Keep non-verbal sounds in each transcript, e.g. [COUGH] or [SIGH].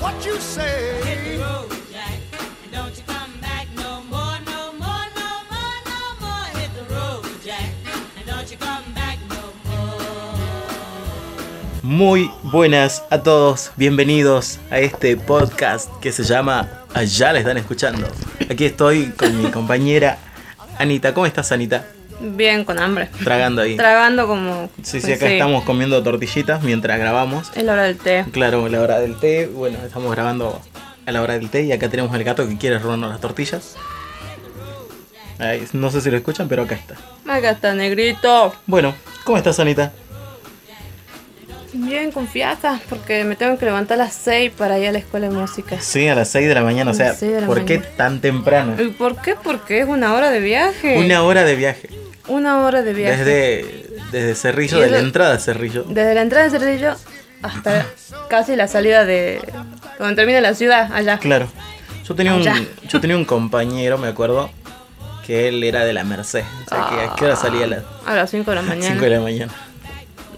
what you say. Hit the road, Jack, and don't you come back no more, no more, no more, no more. Hit the road, Jack, and don't you come back no more. Muy buenas a todos, bienvenidos a este podcast que se llama Allá la están escuchando. Aquí estoy con mi compañera Anita. ¿Cómo estás, Anita? Bien, con hambre. Tragando ahí. Tragando como. pues Sí, sí, acá estamos comiendo tortillitas mientras grabamos. Es la hora del té. Claro, la hora del té. Bueno, estamos grabando a la hora del té y acá tenemos al gato que quiere robarnos las tortillas. Ahí, no sé si lo escuchan, pero acá está. Acá está, negrito. Bueno, ¿cómo estás, Anita? Bien, con fiaca, porque me tengo que levantar a las 6 para ir a la escuela de música. Sí, a las 6 de la mañana, o A sea, las seis de la ¿por qué mañana. tan temprano? ¿Y por qué? Porque es una hora de viaje. Una hora de viaje. Una hora de viaje. Desde, desde Cerrillo, Y de la eso- entrada a Cerrillo. Desde la entrada de Cerrillo hasta casi la salida de. Cuando termina la ciudad, allá. Claro. Yo tenía, un, Allá. yo tenía un compañero, me acuerdo, que él era de la Merced. O sea, que a qué hora salía a las A las 5 de la 5 mañana. de la mañana.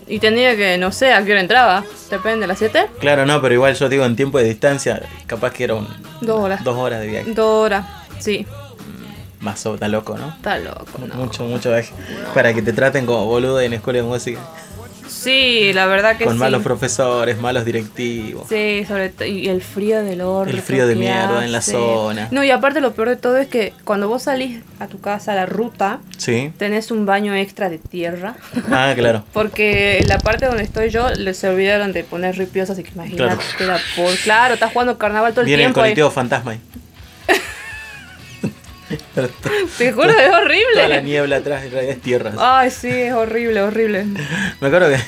Y tenía que, no sé, a qué hora entraba. Depende, ¿a las 7? Claro, no, pero igual yo digo en tiempo de distancia, capaz que era un, Dos horas. dos horas de viaje. Dos horas. Sí. Más o- está loco, ¿no? Está loco, ¿no? Mucho, mucho viaje. Para que te traten como boludo en escuela de música. Sí, la verdad que Con sí. malos profesores, malos directivos. Sí, sobre todo. Y el frío del horno. El frío de que mierda en la hace. zona. No, y aparte lo peor de todo es que cuando vos salís a tu casa, a la ruta, Sí. tenés un baño extra de tierra. [LAUGHS] Ah, claro. Porque en la parte donde estoy yo les olvidaron de poner ripios, así que imagínate la por. Claro, estás jugando carnaval todo el Viene el tiempo. ahí. colectivo fantasma ahí. [LAUGHS] Te juro, es Toda la horrible. Ah. niebla atrás, en realidad es tierra. Ay, sí, es horrible, horrible. Me acuerdo que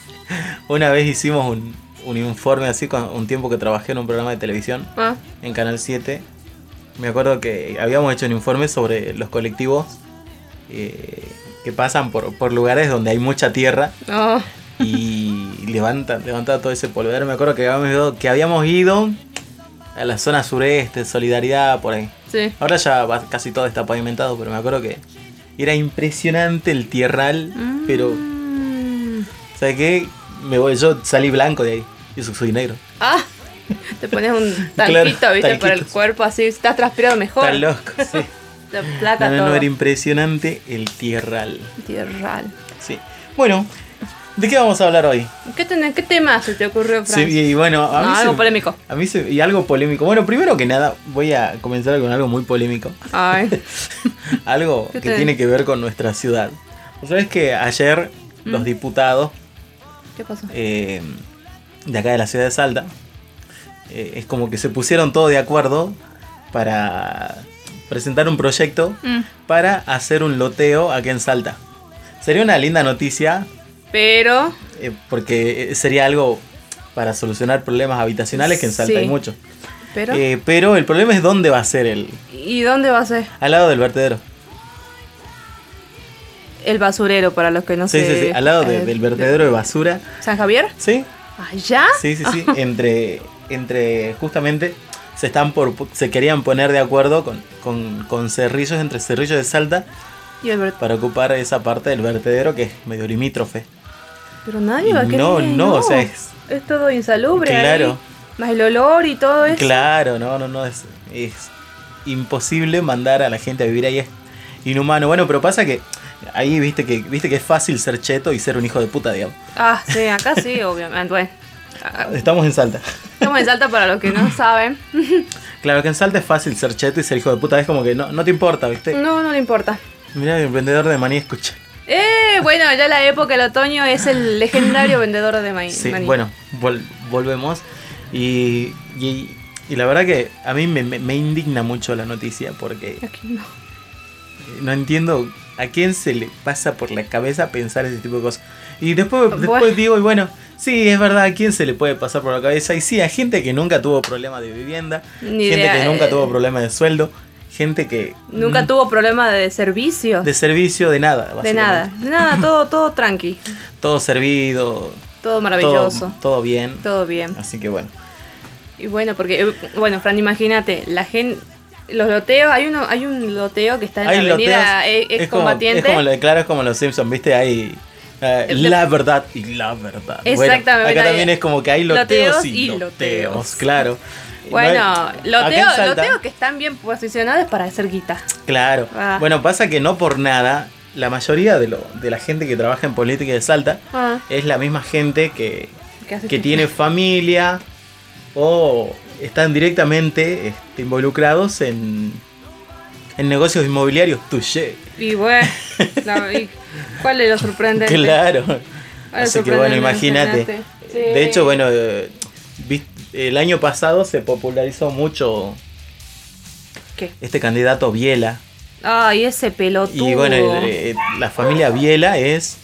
[LAUGHS] una vez hicimos un, un informe así, con un tiempo que trabajé en un programa de televisión Ah, en Canal 7. Me acuerdo que habíamos hecho un informe sobre los colectivos eh, que pasan por, por lugares donde hay mucha tierra no. y [LAUGHS] levantan, levantan todo ese polvedero. Me acuerdo que habíamos, ido, que habíamos ido a la zona sureste, Solidaridad, por ahí. Sí. Ahora ya va- casi todo está pavimentado, pero me acuerdo que era impresionante el tierral, pero Mm. ¿Sabes qué? Me voy, yo salí blanco de ahí. Yo soy, soy negro. Ah, te pones un [LAUGHS] Claro, talquito, viste, para el talquitos. cuerpo, así estás transpirado mejor. Está [LAUGHS] loco, sí. Te No, plata no, todo. no, era impresionante el tierral. Tierral. Sí. Bueno, ¿de qué vamos a hablar hoy? ¿Qué, tenés- qué tema se te ocurrió, Sí, Fran? y bueno, a mí No, se- algo polémico. A mí se- y algo polémico. Bueno, primero que nada, voy a comenzar con algo muy [LAUGHS] polémico. Ay, [LAUGHS] Algo ¿Qué que te- tiene que ver con nuestra ciudad. ¿Sabes que ayer Mm. los diputados ¿qué pasó? eh, de acá de la ciudad de Salta, eh, es como que se pusieron todo de acuerdo para presentar un proyecto Mm. para hacer un loteo aquí en Salta. Sería una linda noticia Pero, eh, porque eh, sería algo para solucionar problemas habitacionales que en Salta Sí. hay muchos. pero, Eh, pero el problema es dónde va a ser el... ¿y dónde va a ser? Al lado del vertedero. El basurero, para los que no Sí, sé. sí, sí. Al lado de- eh, del vertedero de basura. ¿San Javier? Sí, ¿Allá? Sí, sí, sí. Entre, entre justamente se están por se querían poner de acuerdo con, con, con cerrillos entre cerrillos de Salta Y el ver- para ocupar esa parte del vertedero que es medio limítrofe. Pero nadie va a querer. No, ir, no, o sea, es- Es todo insalubre. Claro. ahí. Más el olor y todo eso. Claro, no, no, no es, es imposible mandar a la gente a vivir ahí es inhumano. Bueno, pero pasa que ahí viste que viste que es fácil ser cheto y ser un hijo de puta, digamos. Ah, sí, acá sí, [LAUGHS] obviamente. Bueno, ah, Estamos en Salta. estamos en Salta para los que no saben. Claro que en Salta es fácil ser cheto y ser hijo de puta, es como que no, no te importa, ¿viste? No, no le importa. Mira, el vendedor de maní escucha. Eh, bueno, ya la época del otoño es [COUGHS] el legendario vendedor de maíz. Sí, bueno, vol- volvemos. Y, y- y la verdad que a mí me, me- me indigna mucho la noticia [LAUGHS] porque Aquí no. no entiendo a quién se le pasa por la cabeza pensar ese tipo de cosas. Y después, después Bueno. digo, y bueno, sí, es verdad, a quién se le puede pasar por la cabeza. Y sí, a gente que nunca tuvo problema de vivienda, Ni gente idea, que nunca eh. tuvo problema de sueldo, gente que... Nunca mm, tuvo problema de servicios. De De, servicio, de nada. básicamente. nada. De nada, [COUGHS] todo, todo tranqui. Todo servido. Todo Todo, maravilloso. todo Ah. bien. Todo bien. Así que bueno. Y bueno, porque, eh, bueno, Fran, imagínate, la gente. Los loteos, hay uno, hay un loteo que está en Hay la avenida E, loteos, ex es como, combatiente. es como lo, claro, es como los Simpsons, ¿viste? Hay Eh, la verdad y la verdad. Bueno, Exactamente, acá ahí- también es como que hay loteos, loteos y y loteos, loteos. claro. Bueno, Acá en loteo, Salta- loteo que están bien posicionados para hacer guita. Claro. Ah. Bueno, pasa que no por nada, la mayoría de, lo, de la gente que trabaja en política de Salta Ah, es la misma gente que, ¿qué haces que tú? tiene familia o están directamente este, involucrados en, en negocios inmobiliarios tuye. [LAUGHS] Y bueno, la- y- ¿cuál es lo sorprendente? [LAUGHS] Claro. Ah, Así que sorprendente, bueno, imagínate. imagínate. Sí. De hecho, bueno, eh, vis- el año pasado se popularizó mucho ¿Qué? este candidato Biela. Ay, ese pelotudo. Y bueno, el- eh, la familia Biela es,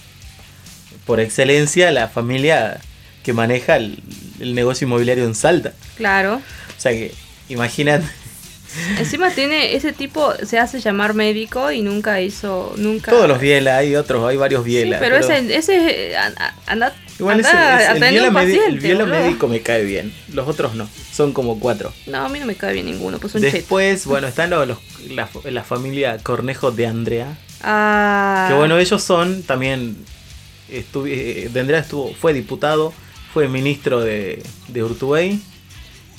por excelencia, la familia que maneja el, el negocio inmobiliario en Salta. Claro. O sea que, imagínate. [LAUGHS] Encima tiene, ese tipo se hace llamar médico y nunca hizo, nunca. Todos los Biela, hay otros, hay varios Biela. Sí, pero, ese, ese, eh, an- a- anda, Igual ese- anda ese- a el atender Biela, un medi- el paciente, Biela boludo. médico me cae bien. Los otros no. Son como cuatro. No, a mí no me cae bien ninguno, pues un cheto. Después, bueno, están los, los- la, la familia Cornejo de Andrea. Ah, Que bueno, ellos son también. estuvi- eh, de Andrea estuvo, fue diputado, fue ministro de, de Urtubey.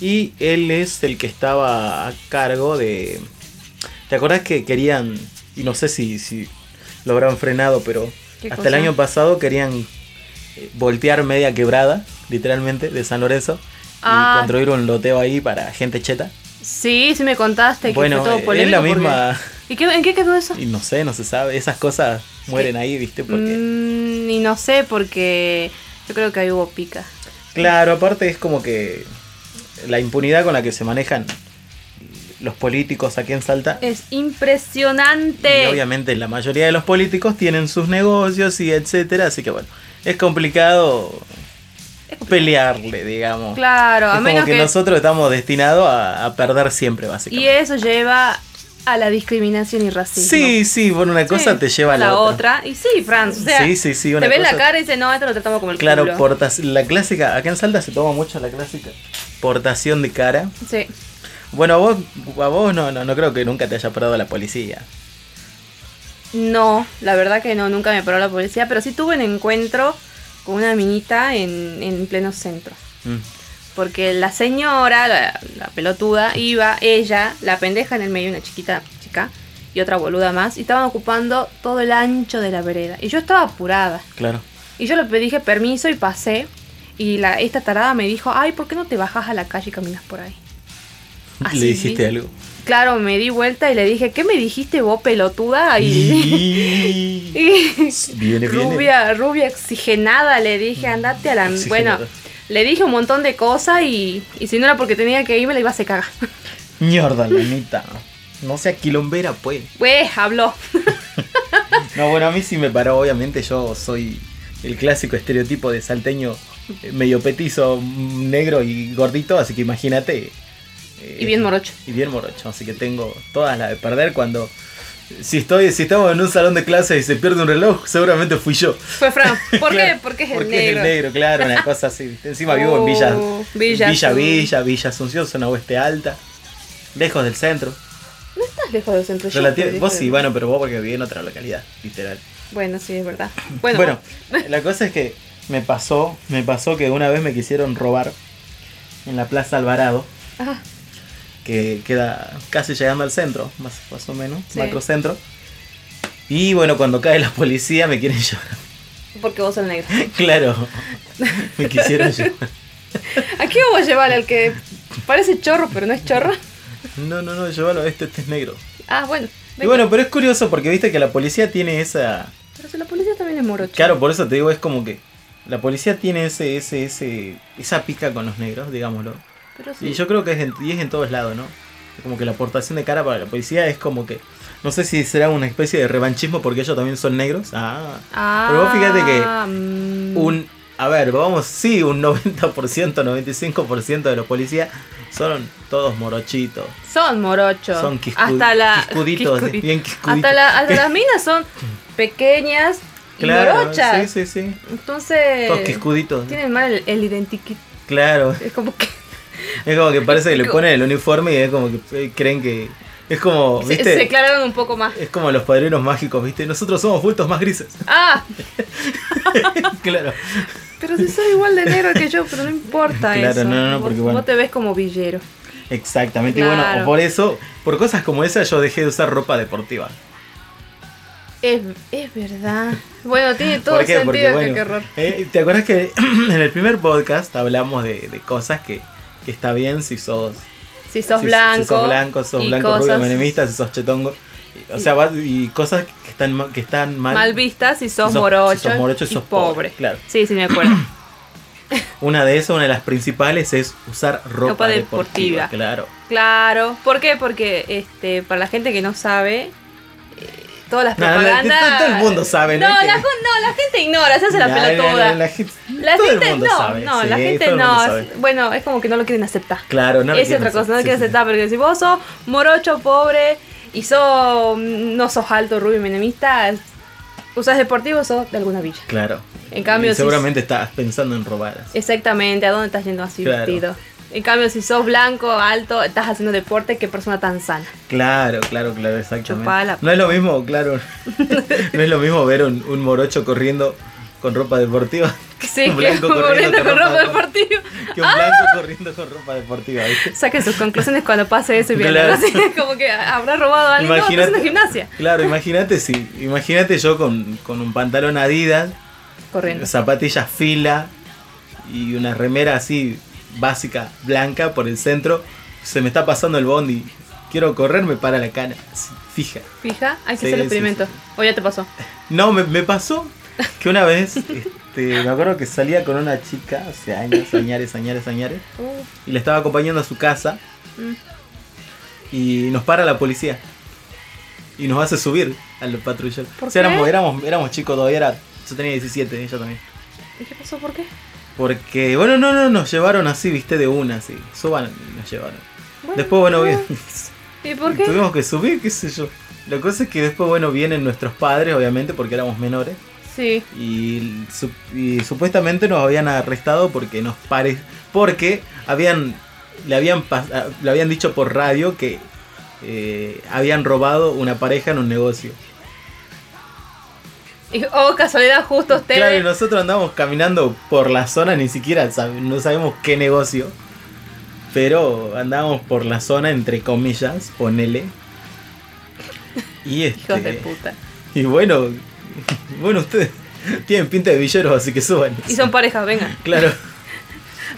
Y él es el que estaba a cargo de. ¿Te acordás que querían.? Y no sé si, si lo habrán frenado, pero ¿Qué hasta cosa? el año pasado querían eh, voltear media quebrada, literalmente, de San Lorenzo. Ah. Y construir un loteo ahí para gente cheta. Sí, sí me contaste que Bueno, fue todo es polémico. la porque- misma- ¿Y qué, en qué quedó eso? Y no sé, no se sabe. Esas cosas mueren ahí, ¿viste? Porque. Mm, y no sé, porque yo creo que ahí hubo pica. Claro, aparte es como que la impunidad con la que se manejan los políticos aquí en Salta. Es Y impresionante. obviamente la mayoría de los políticos tienen sus negocios y etcétera, así que bueno, es complicado pelearle, digamos. Claro, es a como menos que, que, nosotros estamos destinados a, a perder siempre, Y básicamente. eso lleva a la discriminación y racismo. sí, sí, por una cosa Sí, te lleva a la, otra. otra. Y sí, Franz, o sea, Sí, sí, sí, una te ves la cosa- cara y dices, no, esto lo tratamos como el Claro, culo. portas, la clásica, acá en Salta se toma mucho la clásica portación de cara. Sí. Bueno, a vos, a vos no, no, no creo que nunca te haya parado la policía. No, la verdad que no, nunca me paró la policía, pero sí tuve un encuentro con una minita en, en pleno centro. Mm. Porque la señora, la, la pelotuda, iba, ella, la pendeja en el medio, una chiquita chica y otra boluda más, y estaban ocupando todo el ancho de la vereda. Y yo estaba apurada. Claro. Y yo le pe- dije permiso y pasé. Y la, esta tarada me dijo, ay, ¿por qué no te bajas a la calle y caminas por ahí? [LAUGHS] Así Le dijiste vi. algo. Claro, me di vuelta y le dije, ¿qué me dijiste vos, pelotuda? Y, [LAUGHS] [LAUGHS] y- Viene, viene. rubia, rubia oxigenada, le dije, andate a la... Oxigenada. Bueno, le dije un montón de cosas y, y si no era porque tenía que irme, la iba a hacer cagar. [LAUGHS] Mierda, la neta. No sea quilombera, pues. Pues, habló. [LAUGHS] No, bueno, a mí sí me paró, obviamente. Yo soy el clásico estereotipo de salteño eh, medio petizo, mm, negro y gordito, así que imagínate. eh, Y bien morocho. Y bien morocho, así que tengo todas las de perder cuando. Si estoy, si estamos en un salón de clases y se pierde un reloj, seguramente fui yo. Fue Fran. [LAUGHS] ¿Por [LAUGHS] qué? Claro, Porque es el porque negro. es el negro, claro, una cosa así. ¿viste? Encima vivo en Oh, [LAUGHS] Villa, Villa, Villa Villa, Asun- Villa, Asunción, zona oeste alta, lejos del centro. Estás lejos del centro. yo Relati- estoy vos lejos sí, del- bueno, pero vos porque vivís en otra localidad, literal. Bueno, sí, es verdad. Bueno, Bueno, la cosa es que me pasó, me pasó que una vez me quisieron robar en la Plaza Alvarado, Ajá. que queda casi llegando al centro, más, más o menos, Sí. macrocentro. Y bueno, cuando cae la policía me quieren [LAUGHS] llevar. porque vos sos negro. Claro, me quisieron [LAUGHS] llevar. ¿A qué vamos a llevar al que parece chorro, pero no es chorro? No, no, no, llévalo, este, este es negro. Ah, bueno. Y venga. bueno, pero es curioso porque viste que la policía tiene esa. Pero si la policía también es morocho. Claro, por eso te digo, es como que. La policía tiene ese, ese, ese. esa pica con los negros, digámoslo. Pero sí. Y yo creo que es en, y es en todos lados, ¿no? Como que la aportación de cara para la policía es como que. No sé si será una especie de revanchismo porque ellos también son negros. Ah. Ah, Pero vos fíjate que mm, Un. A ver, vamos, sí, un 90%, 95% de los policías son todos morochitos. Son morochos. Son quiscu- hasta la, quiscuditos, quiscudi- bien quiscuditos. Hasta, [LAUGHS] la- hasta las minas son pequeñas y Eh, morochas. sí, sí, sí. Entonces, Todos quiscuditos. tienen mal el, el identikit. Claro. Es como que Es como que parece que le ponen el uniforme y es como que eh, creen que Es como, Se, ¿viste? se aclararon un poco más. Es como los padrinos mágicos, ¿viste? Nosotros somos bultos más grises. [LAUGHS] Ah, claro. pero si soy igual de negro que yo, pero no [LAUGHS] importa Claro, eso. no, no, Vos- porque vos, bueno. te ves como villero. Exactamente. Y Claro. bueno, por eso, por cosas como esa, yo dejé de usar ropa deportiva. Es, es verdad. Bueno, tiene todo ¿Por qué? sentido Porque, este que bueno, qué horror. eh, ¿Te acuerdas que [CLEARS THROAT] en el primer podcast hablamos de, de cosas que, que está bien si sos Si sos si- blanco. Si sos blanco, sos y blanco, rubio, cosas menemista, si sos chetongo. Y- O sea, vas- y cosas que están, ma- que están mal. Mal vistas, si sos si sos- morocho. si sos morocho y sos pobre, claro. Sí, sí, me acuerdo. [CLEARS THROAT] Una de esas, una de las principales es usar ropa, Ropa deportiva. deportiva. Claro. claro. ¿Por qué? Porque este, para la gente que no sabe. eh, Todas las No, no, no, propagandas. todo- todo el mundo sabe, No, ¿no? Que- la, ju- no, la gente ignora, se hace la, La- la- pelotuda. la- la gente- todo el mundo no, sabe, no, la sí, gente todo el mundo no. sabe. Bueno, es como que no lo quieren aceptar. Claro, no lo es quieren otra cosa, aceptar, no lo sí, quieren sí, sí. aceptar, porque si vos sos morocho, pobre, y sos, no sos alto, rubio, menemista, usas deportivo, sos de alguna villa. Claro. En cambio, Y si- seguramente estás pensando en robar. así. Exactamente, ¿a dónde estás yendo así Claro. vestido? En cambio, si sos blanco, alto, estás haciendo deporte, qué persona tan [LAUGHS] sana. Claro, claro, claro, exactamente. Chupala. No es lo mismo, claro. [LAUGHS] no es lo mismo ver un, un morocho corriendo con ropa deportiva. [LAUGHS] Sí, un que [LAUGHS] blanco corriendo con ropa depor- deportiva. Que Ah. un blanco corriendo con ropa deportiva, ¿viste? Saquen sus conclusiones cuando pase eso y vean, Claro. así, como que habrá robado a alguien. No, está haciendo gimnasia. Claro, imagínate si, imagínate yo con, con un pantalón Adidas, Corriendo. zapatillas fila y una remera así básica blanca por el centro, se me está pasando el bondi, quiero correr, me para la cana, así, fija. Fija, hay que Sí, hacer el sí, experimento. sí, O ya te pasó. No, me, me pasó que una [LAUGHS] vez, este, me acuerdo que salía con una chica hace años, añares, añares, añares, Uh, y la estaba acompañando a su casa mm. y nos para la policía y nos hace subir al patrullero. ¿Por O sea, qué? éramos, éramos, éramos chicos todavía, era, yo tenía 17, ella también. ¿Y qué pasó? ¿Por qué? Porque, bueno, no, no, nos llevaron así, viste, de una, así. Suban, nos llevaron. Bueno, Después, bueno, bien, ¿Y por qué? [LAUGHS] tuvimos que subir, qué sé yo. La cosa es que después, bueno, vienen nuestros padres, obviamente, porque éramos menores. Sí. Y, su- y supuestamente nos habían arrestado porque nos pare porque habían le habían pas- a- le habían dicho por radio que eh, habían robado una pareja en un negocio. Y- oh, casualidad, justo ustedes. Claro, y nosotros andamos caminando por la zona, ni siquiera sab- no sabemos qué negocio. Pero andábamos por la zona, entre comillas, ponele. Y [LAUGHS] Hijos de este. puta. Y bueno, [LAUGHS] bueno, ustedes tienen pinta de villeros, así que suban. [LAUGHS] Y son parejas, venga. Claro.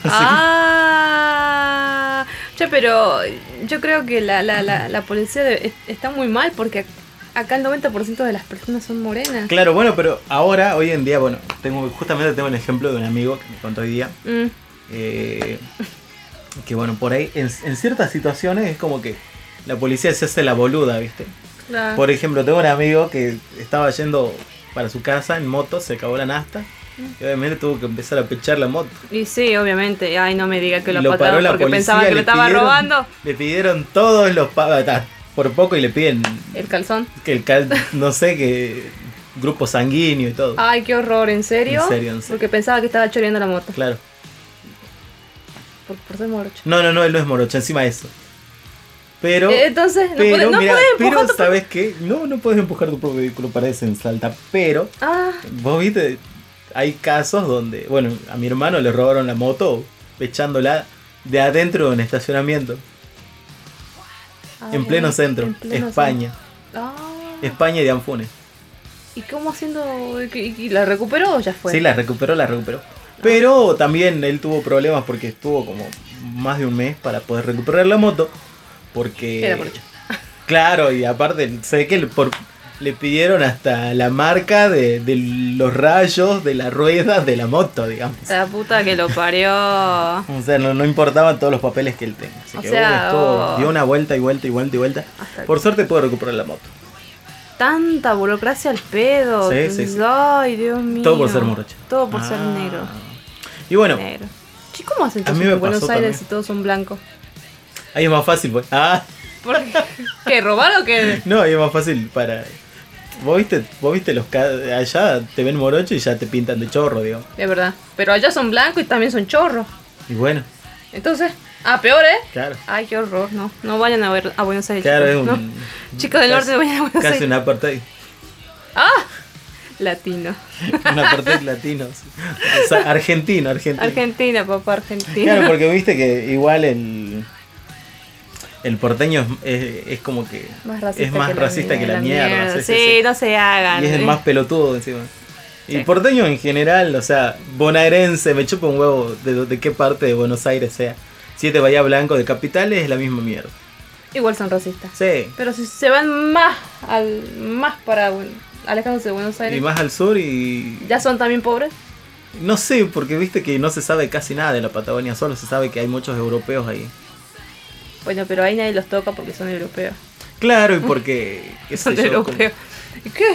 Ah. Che, pero yo creo que la, la, la, la policía de- es- está muy mal porque acá el 90% de las personas son morenas. Claro, bueno, pero ahora, hoy en día, bueno, tengo justamente tengo el ejemplo de un amigo que me contó hoy día. Mm, eh, que bueno, por ahí, en, en ciertas situaciones es como que la policía se hace la boluda, ¿viste? claro. Por ejemplo, tengo un amigo que estaba yendo para su casa en moto, se acabó la nasta. Y obviamente tuvo que empezar a pechar la moto. Y sí, obviamente. Ay, no me diga que Y lo, mataron porque pensaban que le lo estaba pidieron- robando. Le pidieron todos los patatas. Por poco y le piden El calzón. que el cal- no sé, que grupo sanguíneo y todo. Ay, qué horror, ¿en serio? En serio, en serio. Porque pensaba que estaba choreando la moto. Claro. Por, por ser morocho. No, no, no, él no es morocho, encima de eso. Pero, Eh, Entonces, no pero, puede- no mira, puede pero empujar tu- ¿sabes qué? No, no puedes empujar tu propio vehículo para desensalta. Pero, Ah, vos viste, hay casos donde, bueno, a mi hermano le robaron la moto echándola de adentro de un estacionamiento, en ay, pleno centro, Ah, en pleno España. centro. Ah, España y de Anfunes. ¿Y cómo haciendo? ¿Y, y la recuperó o ya fue? Sí, la recuperó, la recuperó. Pero también él tuvo problemas porque estuvo como más de un mes para poder recuperar la moto. Porque. Era [LAUGHS] morocho. Claro, y aparte, sé que le, por- le pidieron hasta la marca de, de los rayos de las ruedas de la moto, digamos. La puta que lo parió. O sea, no, no importaban todos los papeles que él tenga. Así O que sea, bueno, esto oh. dio una vuelta y vuelta y vuelta y vuelta. Hasta- Por suerte pudo recuperar la moto. Tanta burocracia al pedo. Sí, sí, sí. Ay, Dios mío. Todo por ser morocho. Todo por ser Ah. negro. Y bueno, negro. Che, ¿Cómo hacen A mí entonces me en Buenos pasó Aires también. si todos son blancos? ahí es más fácil, pues. Ah. ¿Por qué? ¿Qué, robar o qué? [LAUGHS] No, y es más fácil para. Vos viste, vos viste los ca- allá te ven morocho y ya te pintan de chorro, digo. De verdad. Pero allá son blancos y también son chorros. Y bueno, Entonces, Ah, peor, ¿eh? Claro. Ay, qué horror, no. No vayan a ver a Buenos Aires. Claro, es chicos, un. [LAUGHS] ¿no? Chicos del norte, casi- no vayan a Buenos Casi Aires. un apartheid. ¡Ah! Latino. Un [LAUGHS] apartheid latino. O sea, argentino, argentino. Argentina, papá, Argentina. Claro, porque viste que igual el. El porteño es, es- es como que. Más racista es más que la racista que la mierda. Sí, sí, sí, sí. no se hagan. Y es el eh. más pelotudo encima. Y Sí. el porteño en general, o sea, bonaerense, me chupa un huevo de, do- de qué parte de Buenos Aires sea. Siete Bahía Blanco de capitales es la misma mierda. Igual son racistas. Sí. Pero si se van más al más para bueno, alejándose de Buenos Y Aires, más al sur y. ya son también pobres. No sé, porque viste que no se sabe casi nada de la Patagonia, solo se sabe que hay muchos europeos ahí. Bueno, pero ahí nadie los toca porque son europeos. Claro, y porque. qué sé Mm. Son yo, europeos. ¿Y ¿Qué?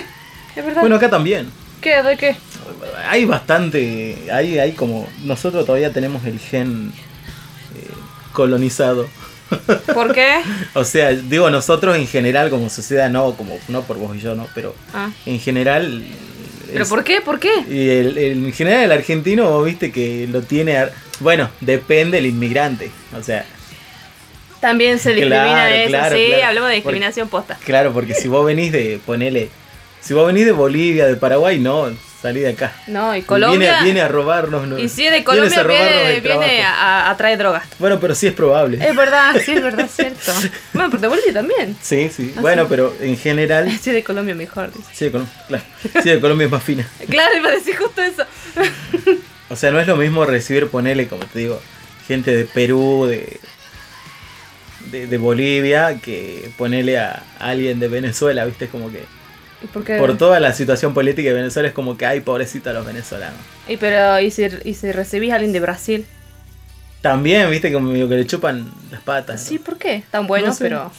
¿Es verdad? como- Bueno, acá también. ¿Qué? ¿De qué? Hay bastante. Hay, hay como. Nosotros todavía tenemos el gen eh, colonizado. [LAUGHS] ¿Por qué? O sea, digo nosotros en general como sociedad, no como no por vos y yo, no, pero Ah. en general. ¿Pero es- por qué? ¿Por qué? y el- el- en general el argentino, vos viste que lo tiene. ar- Bueno, depende del inmigrante. O sea, También se discrimina Claro, eso, claro, sí, claro. hablemos de discriminación posta. claro, porque si vos venís de. Ponele. Si vos venís de Bolivia, de Paraguay, no, salí de acá. No, y Colombia. Viene, viene a robarnos. no- y si es de vienes a Colombia, robarnos viene, el trabajo. viene a, a traer drogas. Bueno, pero sí es probable. Es verdad, sí, es verdad, es cierto. Bueno, pero de Bolivia también. Sí, sí. Ah, bueno, sí. pero en general. Sí, de Colombia mejor, dice. Sí, de Colombia, claro. Sí, de Colombia es más fina. Claro, iba a decir justo eso. O sea, no es lo mismo recibir, ponele, como te digo, gente de Perú, de. De, de Bolivia, que ponele a alguien de Venezuela, viste, como que ¿Y por qué? por toda la situación política de Venezuela es como que ay pobrecito a los venezolanos. Y pero, ¿y si, y si recibís a alguien de Brasil? También, viste, como medio que le chupan las patas. Sí, ¿por qué? Tan buenos, No sé. pero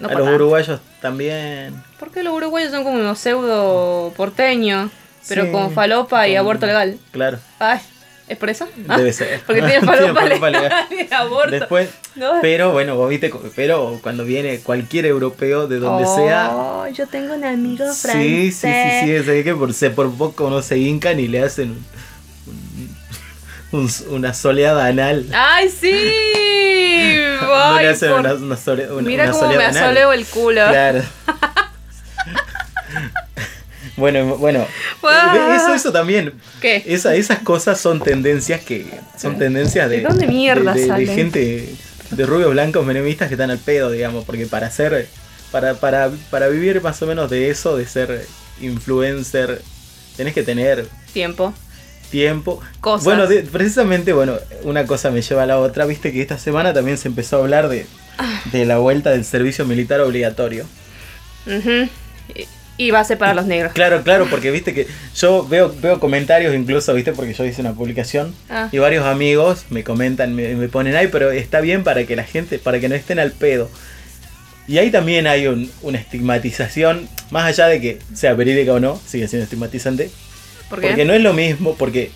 no a pa' los tanto. uruguayos también. ¿Por qué los uruguayos son como unos pseudo porteños, pero Sí, con falopa y con- aborto legal? Claro. Ay, ¿es por eso? Ah, Debe ser. Porque [LAUGHS] tienen Tienen falopa, falopa legal, y aborto. Después, No. pero bueno, vos viste, co- pero cuando viene cualquier europeo de donde Oh, sea. Yo tengo un amigo Sí, sí, francés. sí, sí, es ahí que por, se por poco no se hincan y le hacen un- un- un- una soleada anal. ¡Ay, sí! [LAUGHS] No Ay, le hacen por- una, una sole- una- Mira una cómo me soleada anal. asoleo el culo. [LAUGHS] Claro. bueno, bueno. Guau. Eso, eso también. ¿Qué? Esa- esas cosas son tendencias que. Son tendencias de. ¿De dónde mierda de- de- de salen? gente. De rubios blancos menemistas que están al pedo, digamos. Porque para hacer. Para, para, para vivir más o menos de eso, de ser influencer, tenés que tener Tiempo. tiempo. Cosas. Bueno, de- precisamente, bueno, una cosa me lleva a la otra. Viste que esta semana también se empezó a hablar de, Ah. de la vuelta del servicio militar obligatorio. Ujú. Y- Y va a ser para los negros. Claro, claro, porque viste que yo veo, veo comentarios incluso, viste, porque yo hice una publicación Ah. y varios amigos me comentan, me, me ponen, ay, pero está bien para que la gente, para que no estén al pedo. Y ahí también hay un- una estigmatización, más allá de que sea verídica o no, sigue siendo estigmatizante, ¿Por qué? Porque no es lo mismo, porque.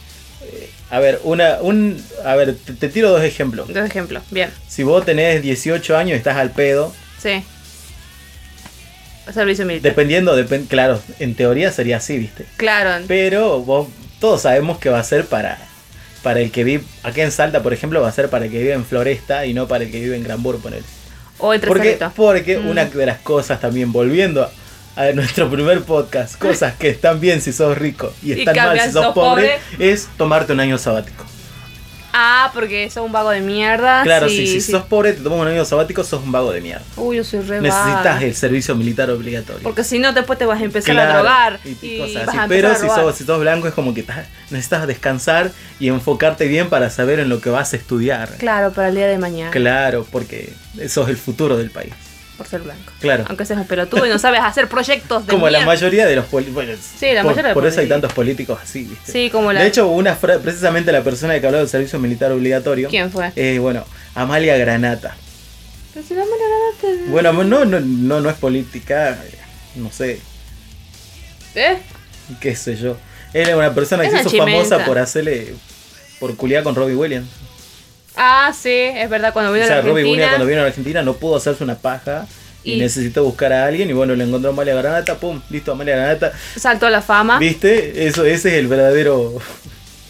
eh, a ver, una, un, a ver te, te tiro dos ejemplos. Dos ejemplos. Bien. Si vos tenés 18 años, estás al pedo. Sí. Servicio militar. Dependiendo, depen- claro, en teoría sería así, ¿viste? claro. Pero vos, todos sabemos que va a ser para, para el que vive. Acá en Salta, por ejemplo, va a ser para el que vive en Floresta y no para el que vive en Granbur, por él. O entre Porque, Cerrito. porque Mm. una de las cosas también, volviendo a, a nuestro primer [LAUGHS] podcast, cosas que están bien si sos rico y Y están mal cambian si sos sos pobre, es tomarte un año sabático. Ah, porque sos un vago de mierda. Claro, Ah, sí, sí, si sí. sos pobre, te tomas un año sabático, sos un vago de mierda. Uy, yo soy re Necesitas vaga. el servicio militar obligatorio. Porque si no, después te vas a empezar Claro, a drogar. y- y Y, cosas vas así. a empezar Pero a si robar. sos, si sos blanco es como que estás- necesitas descansar y enfocarte bien para saber en lo que vas a estudiar. Claro, para el día de mañana. Claro, porque sos el futuro del país. Por ser blanco. Claro. Aunque seas un pelotudo y no sabes hacer proyectos de Como la mierda. mayoría de los políticos. Sí, la por, mayoría de por eso hay políticos. tantos políticos así, ¿viste? Sí, como la- De hecho, una fra- precisamente la persona que habló del servicio militar obligatorio. ¿Quién fue? eh, bueno, Amalia Granata. Pero si la mala gana te- Bueno, no, no, no, no es política, eh, no sé, ¿Eh? qué sé yo. Era una persona que Es se una hizo chimenta. famosa por hacerle. por culiar con Robbie Williams. Ah, sí, es verdad, cuando O vino a sea, la Robbie Williams Argentina. cuando vino a la Argentina no pudo hacerse una paja y, Y- necesitó buscar a alguien y bueno, le encontró a Amalia Granata, pum, listo, Amalia Granata. Ah. Saltó a la fama. ¿Viste? Eso, ese es el verdadero.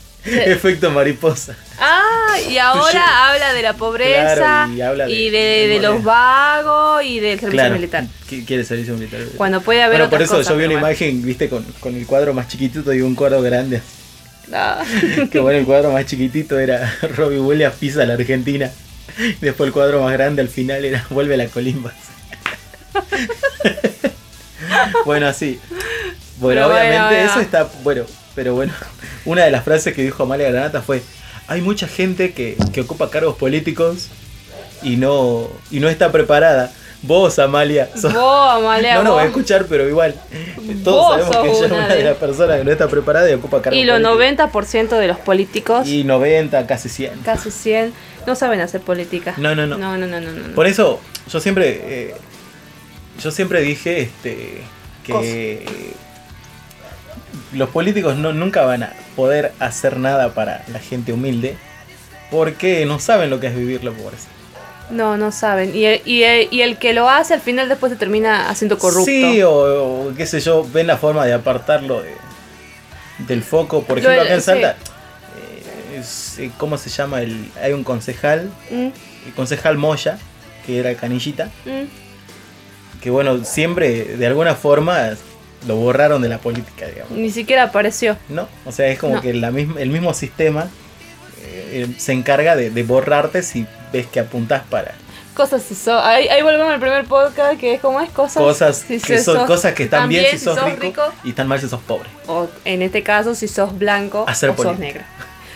[LAUGHS] Efecto mariposa. Ah, y ahora habla de la pobreza Claro, y, y habla de- de, de de los moler. vagos y del servicio Claro. [LAUGHS] militar. Qui- Quiere servicio militar. Cuando puede haber Bueno, otras por eso cosas, yo vi pero una bueno. imagen, viste, con, con el cuadro más chiquitito y un cuadro grande. Ah. [LAUGHS] Que bueno, el cuadro más chiquitito era [LAUGHS] Robbie Williams pisa a la Argentina. Después el cuadro más grande al final era [LAUGHS] Vuelve a la Colimbas. bueno, así. Bueno, Pero bueno, obviamente bueno. eso está bueno, pero bueno, [LAUGHS] una de las frases que dijo Amalia Granata fue, hay mucha gente que, que ocupa cargos políticos y no y no está preparada. Vos, Amalia, sos- Vos, [LAUGHS] Amalia, no, no, vos. voy a escuchar, pero igual. Todos Vos sabemos sos que ella es una una de de- las personas que no está preparada y ocupa cargos Y los políticos. 90% de los políticos, Y 90, casi 100. casi 100, no saben hacer política. No, no, no. No, no, no, no, no. Por eso, yo siempre. eh, yo siempre dije este, que. Los políticos no, nunca van a poder hacer nada para la gente humilde. Porque no saben lo que es vivir la pobreza. No, no saben. Y el, y, el, y el que lo hace al final después se termina haciendo corrupto. Sí, o, o qué sé yo, ven la forma de apartarlo de- del foco. Por Lo- ejemplo, acá en sí. Salta, eh, es- ¿cómo se llama? El, hay un concejal, Mm, el concejal Moya, que era canillita. mm. que bueno, siempre de alguna forma lo borraron de la política, digamos. Ni siquiera apareció. ¿No? O sea, es como No. que la misma, el mismo sistema eh, eh, se encarga de, de borrarte si ves que apuntás para Cosas si sos. Ahí, ahí volvemos al primer podcast que es como es cosas. cosas si que sos- son cosas que están bien si sos, rico, rico. y están mal si sos pobre. O en este caso, si sos blanco Hacer o sos política. negro.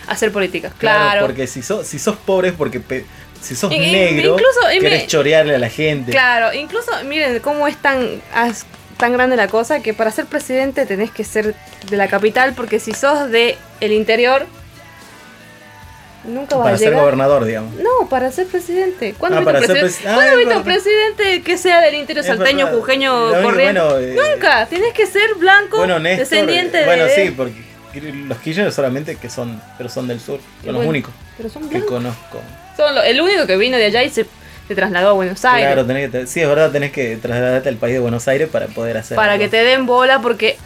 Hacer política, claro. porque si sos, si sos pobre es porque pe- si sos Y- y- negro incluso, y querés me- chorearle a la gente. Claro, incluso miren cómo es tan, as- tan grande la cosa que para ser presidente tenés que ser de la capital porque si sos de el interior nunca vas Para a ser llegar. gobernador, digamos. no, para ser presidente. ¿Cuándo Ah, viste un para ser presi- presi- ah, cuándo es viste un verdad. presidente que sea del interior Es salteño, verdad. jujeño, Lo único, corriente? bueno, eh, nunca, tenés que ser blanco, Bueno, Néstor, descendiente eh, bueno, de sí, porque los Kirchner solamente que son, pero son del sur, Y son los bueno, únicos Pero son que blancos. conozco. Son lo- el único que vino de allá y se, se trasladó a Buenos Aires. Claro, tenés que, tra- sí, es verdad, tenés que trasladarte al país de Buenos Aires para poder hacer. para algo. que te den bola porque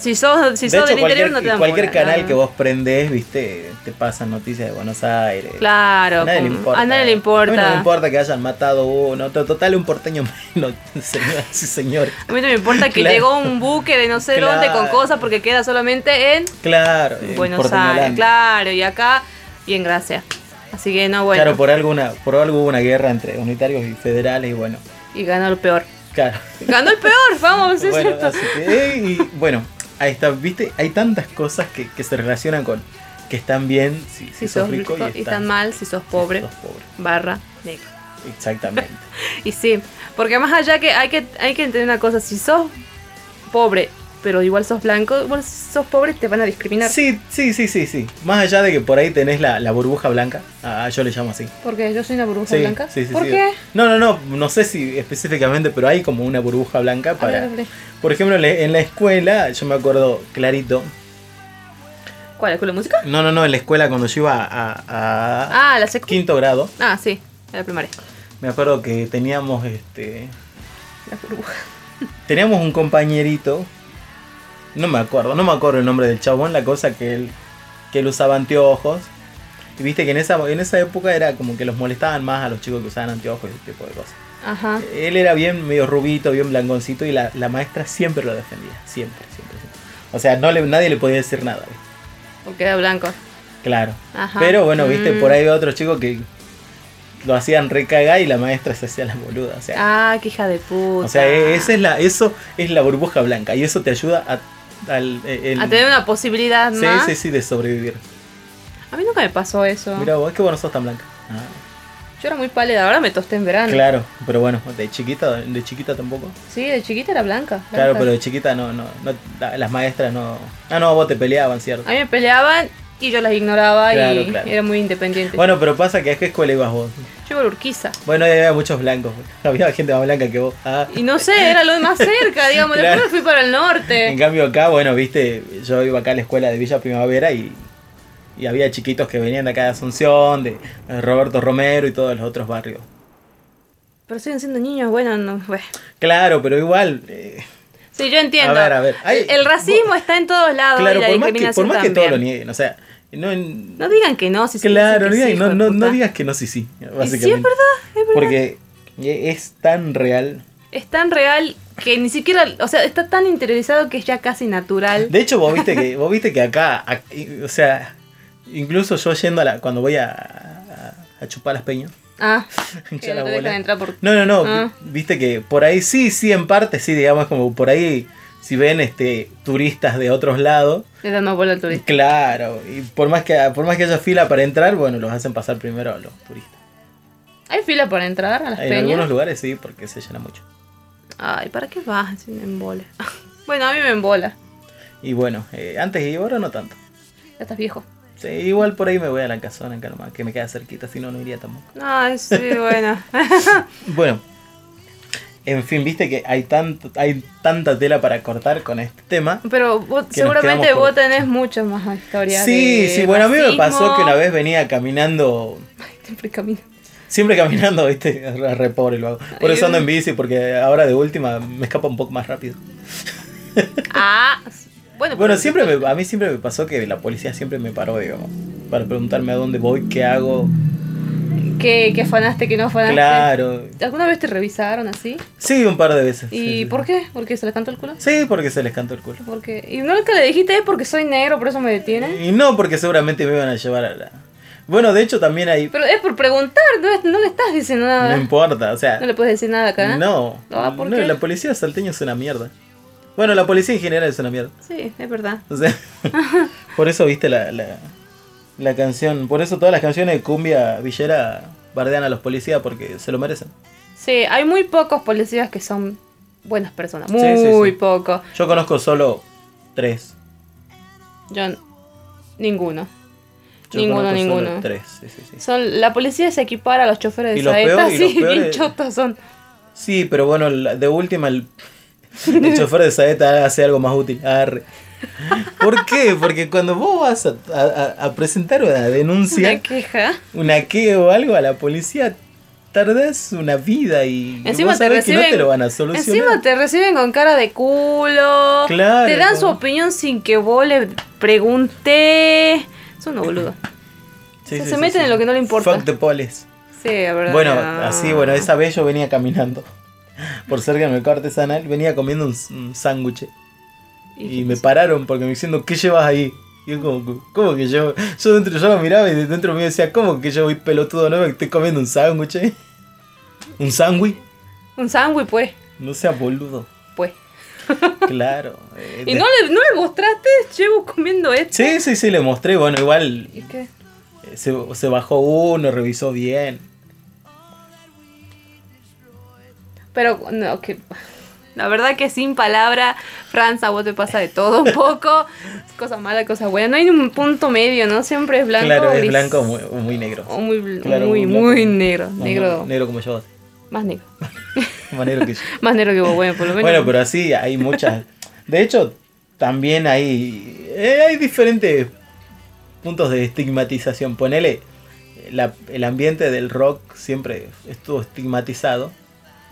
si sos, si De sos hecho, del interior cualquier, no te dan cualquier bola. canal Ah. que vos prendés, viste, te pasan noticias de Buenos Aires. Claro, A nadie le como- importa. eh. a nadie le importa. A mí no me importa que hayan matado uno. to- Total, un porteño [LAUGHS] menos, señor. [LAUGHS] Sí, señor. A mí no me importa que Claro. llegó un buque de no sé Claro. dónde con cosas porque queda solamente en Claro. eh, en Buenos Porteñolandia. Aires, claro, y acá y en Gracia. Así que no, bueno, Claro, por alguna, por algo hubo una guerra entre unitarios y federales y bueno. y ganó el peor. Claro. Ganó el peor, [LAUGHS] vamos, es bueno, cierto. así que, eh, y bueno, ahí está, viste, hay tantas cosas que, que se relacionan con que están bien si, si Si sos rico y, están, tan mal, si sos pobre, sos pobre. barra negro. [LAUGHS] Exactamente. Y sí, porque más allá que hay que hay que entender una cosa, si sos pobre, pero igual sos blanco, igual si sos pobre te van a discriminar. Sí, sí, sí, sí, sí. Más allá de que por ahí tenés la, la burbuja blanca, ah, yo le llamo así. Porque yo soy una burbuja Sí, blanca. sí, sí, ¿Por sí. qué? No, no, no, no sé si específicamente, pero hay como una burbuja blanca A ver, para... a ver. Por ejemplo, le- en la escuela, yo me acuerdo clarito. ¿Cuál? ¿Escuela de música? No, no, no, en la escuela cuando yo iba a, a- a Ah, la secu. quinto grado, Ah, sí, a la primaria. me acuerdo que teníamos este... La burbuja. Teníamos un compañerito, no me acuerdo, no me acuerdo el nombre del chabón, la cosa que él, que él usaba anteojos. Y viste que en esa, en esa época era como que los molestaban más a los chicos que usaban anteojos y ese tipo de cosas. Ajá. Él era bien medio rubito, bien blanconcito y la, la maestra siempre lo defendía, siempre, siempre. siempre. O sea, no le, nadie le podía decir nada, ¿viste? Porque era blanco. claro. Ajá. Pero bueno, viste, Mm. por ahí había otros chicos que lo hacían recagar y la maestra se hacía la boluda. O sea, Ah, qué hija de puta. o sea, e- esa es la, eso es la burbuja blanca y eso te ayuda a, al- e- el- A tener una posibilidad sí, más. sí, sí, de sobrevivir. A mí nunca me pasó eso. Mira vos, qué bueno sos tan blanca. Ah, Yo era muy pálida, ahora me tosté en verano. claro, pero bueno, de chiquita, de chiquita tampoco. Sí, de chiquita era blanca. blanca. Claro, pero de chiquita no, no, no la- las maestras no. Ah, no, vos te peleaban, cierto. A mí me peleaban y yo las ignoraba y Claro, claro. era muy independiente. Bueno, pero pasa que a qué escuela ibas vos. Yo iba a la Urquiza. Bueno, ahí había muchos blancos. [LAUGHS] Había gente más blanca que vos. Ah. Y no sé, era lo de [LAUGHS] más cerca, digamos. Claro. Después me fui para el En norte. cambio acá, bueno, viste, yo iba acá a la escuela de Villa Primavera y, y había chiquitos que venían de acá de Asunción, de eh, Roberto Romero y todos los otros barrios. Pero siguen siendo niños, bueno, no. Bueno. Claro, pero igual, eh, Sí, yo entiendo. A ver, a ver. Ay, el racismo vos- está en todos lados. claro, y la por más, que, discriminación por más que todo lo también. nieguen, o sea, No, en- No digan que no, si se claro, dicen que diga- sí, no, hijo de no, puta. no digas que no, sí, sí. Y Básicamente. Sí, es verdad, es verdad. Porque e- es tan real. Es tan real que ni siquiera, o sea, está tan interiorizado que es ya casi natural. De hecho, vos viste [LAUGHS] que, vos viste que acá, ac- y- o sea, incluso yo yendo a la, cuando voy a, a- a chupar las peñas. [LAUGHS] Ah, hinchar que las no te bolas. dejan entrar por... No, no, no. Ah. vi- Viste que por ahí sí, sí, en parte sí, digamos, como por ahí, si ven este turistas de otros lados, Le dan más bola al turista. claro, y por más que por más que haya fila para entrar, bueno, los hacen pasar primero a los turistas. ¿Hay fila para entrar a las En peñas? algunos lugares sí, porque se llena mucho. Ay, ¿para qué vas si me embola? [LAUGHS] bueno, a mí me embola. Y bueno, eh, antes y ahora no tanto. Ya estás viejo. Sí, igual por ahí me voy a la casona en Calma, que me queda cerquita, si no, no iría tampoco. Ay, [LAUGHS] sí, bueno. [LAUGHS] Bueno, en fin, viste que hay, tanto, hay tanta tela para cortar con este tema. Pero vos- nos seguramente quedamos vos por- tenés muchas más historias. Sí, de sí, bueno, a mí me racismo. pasó que una vez venía caminando, Siempre camino. siempre caminando, viste, [LAUGHS] re re pobre lo hago. Por eso ando en bici, porque ahora de última me escapa un poco más rápido. Ah, [LAUGHS] bueno, Bueno, pero- siempre me- a mí siempre me pasó que la policía siempre me paró, digamos, para preguntarme a dónde voy, qué hago. ¿Qué, qué afanaste, qué no afanaste? Claro. ¿Alguna vez te revisaron así? Sí, un par de veces. ¿Y sí, sí, por sí. qué? ¿Porque se le cantó el culo? Sí, porque se les cantó el culo. Porque... Y no que le dijiste es porque soy negro, por eso me detienen. Y no, porque seguramente me iban a llevar a la... Bueno, de hecho también hay... Pero es por preguntar, no, es- no le estás diciendo No nada. importa, o sea... ¿eh? No le puedes decir nada acá. No, Ah, ¿por no, qué? la policía salteña es una mierda. Bueno, la policía en general es una mierda. Sí, es verdad. O [LAUGHS] sea, por eso viste la, la, la canción. Por eso todas las canciones de Cumbia Villera bardean a los policías porque se lo merecen. Sí, hay muy pocos policías que son buenas personas. Sí, Muy sí, sí. pocos. Yo conozco solo tres. Yo... n- Ninguno. Yo ninguno, conozco solo ninguno. Tres, sí, sí, sí. Son, la policía se equipara a los choferes de Y los saetas peor- y los sí, bien peores- chotos son. Sí, pero bueno, la- de última [LAUGHS] el, el chofer de Saeta hace algo más útil. Arre. ¿Por qué? Porque cuando vos vas a, a- a- a presentar una denuncia... Una queja. una que o algo a la policía, tardas una vida y Encima vos te sabés que reciben. no te lo van a solucionar. Encima te reciben con cara de culo. Claro, Te dan su como- opinión sin que vos le preguntes. Son [LAUGHS] unos boludos. Sí, se- sí, se sí, meten sí. en lo que no le importa. Fuck the police. Sí, la verdad. Bueno, no. así, bueno, esa vez yo venía caminando por cerca del mercado artesanal, venía comiendo un, s- un sándwich y me pararon porque me diciendo, ¿qué llevas ahí? Y yo como, ¿cómo que yo? Yo dentro yo lo miraba y de dentro me decía, ¿cómo que yo voy pelotudo no? Que estoy comiendo un sándwich. eh". ¿Un sándwich? Un sándwich, pues. No seas [LAUGHS] boludo. pues. Claro. eh, Y de- no le, no le mostraste, llevo comiendo esto. Sí, sí, sí, le mostré. Bueno, igual ¿Y qué? eh, se, se bajó uno, revisó bien. Pero, no, que. La verdad que sin palabra, Franza, vos te pasa de todo un poco. [LAUGHS] Cosa mala, cosa buena. No hay un punto medio, ¿no? Siempre es blanco. claro, o es gris. blanco o muy, o muy negro. O muy, bl- Claro, muy, blanco. muy negro. No, negro. no, negro como yo. Más negro. [LAUGHS] Más negro que yo. Más negro que vos, bueno, por lo menos. bueno, pero así hay muchas. De hecho, también hay, eh, hay diferentes puntos de estigmatización. Ponele, la- el ambiente del rock siempre estuvo estigmatizado.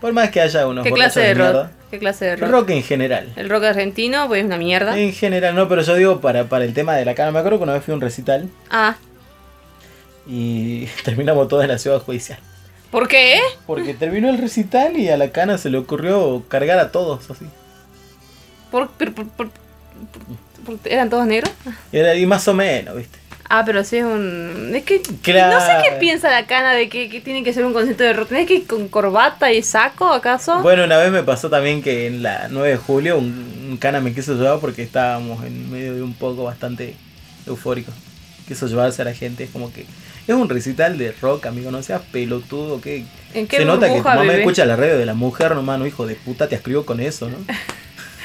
Por más que haya unos ¿Qué borrachos clase de rock? mierda. ¿Qué clase de rock? Rock en general. El rock argentino, pues es una mierda. En general, no, pero yo digo para, para el tema de la cara. Me acuerdo que una vez fui a un recital Ah, y [LAUGHS] terminamos todos en la ciudad judicial. ¿por qué? Porque terminó el recital y a la cana se le ocurrió cargar a todos así. ¿Por, por- por- por- por- eran todos negros? Era, y más o menos, ¿viste? Ah, pero sí es un... Es que... Claro. No sé qué piensa la cana de que, que tiene que ser un concierto de rock. ¿Tenés que ir con corbata y saco, acaso? Bueno, una vez me pasó también que en la 9 de julio un, un cana me quiso llevar porque estábamos en medio de un poco bastante eufórico. Quiso llevarse a la gente, es como que. Es un recital de rock, amigo, no seas pelotudo, que. ¿En qué se nota que tu burbuja mamá vivís? escucha la radio de la mujer, no, mano, hijo de puta, te escribo con eso, ¿no?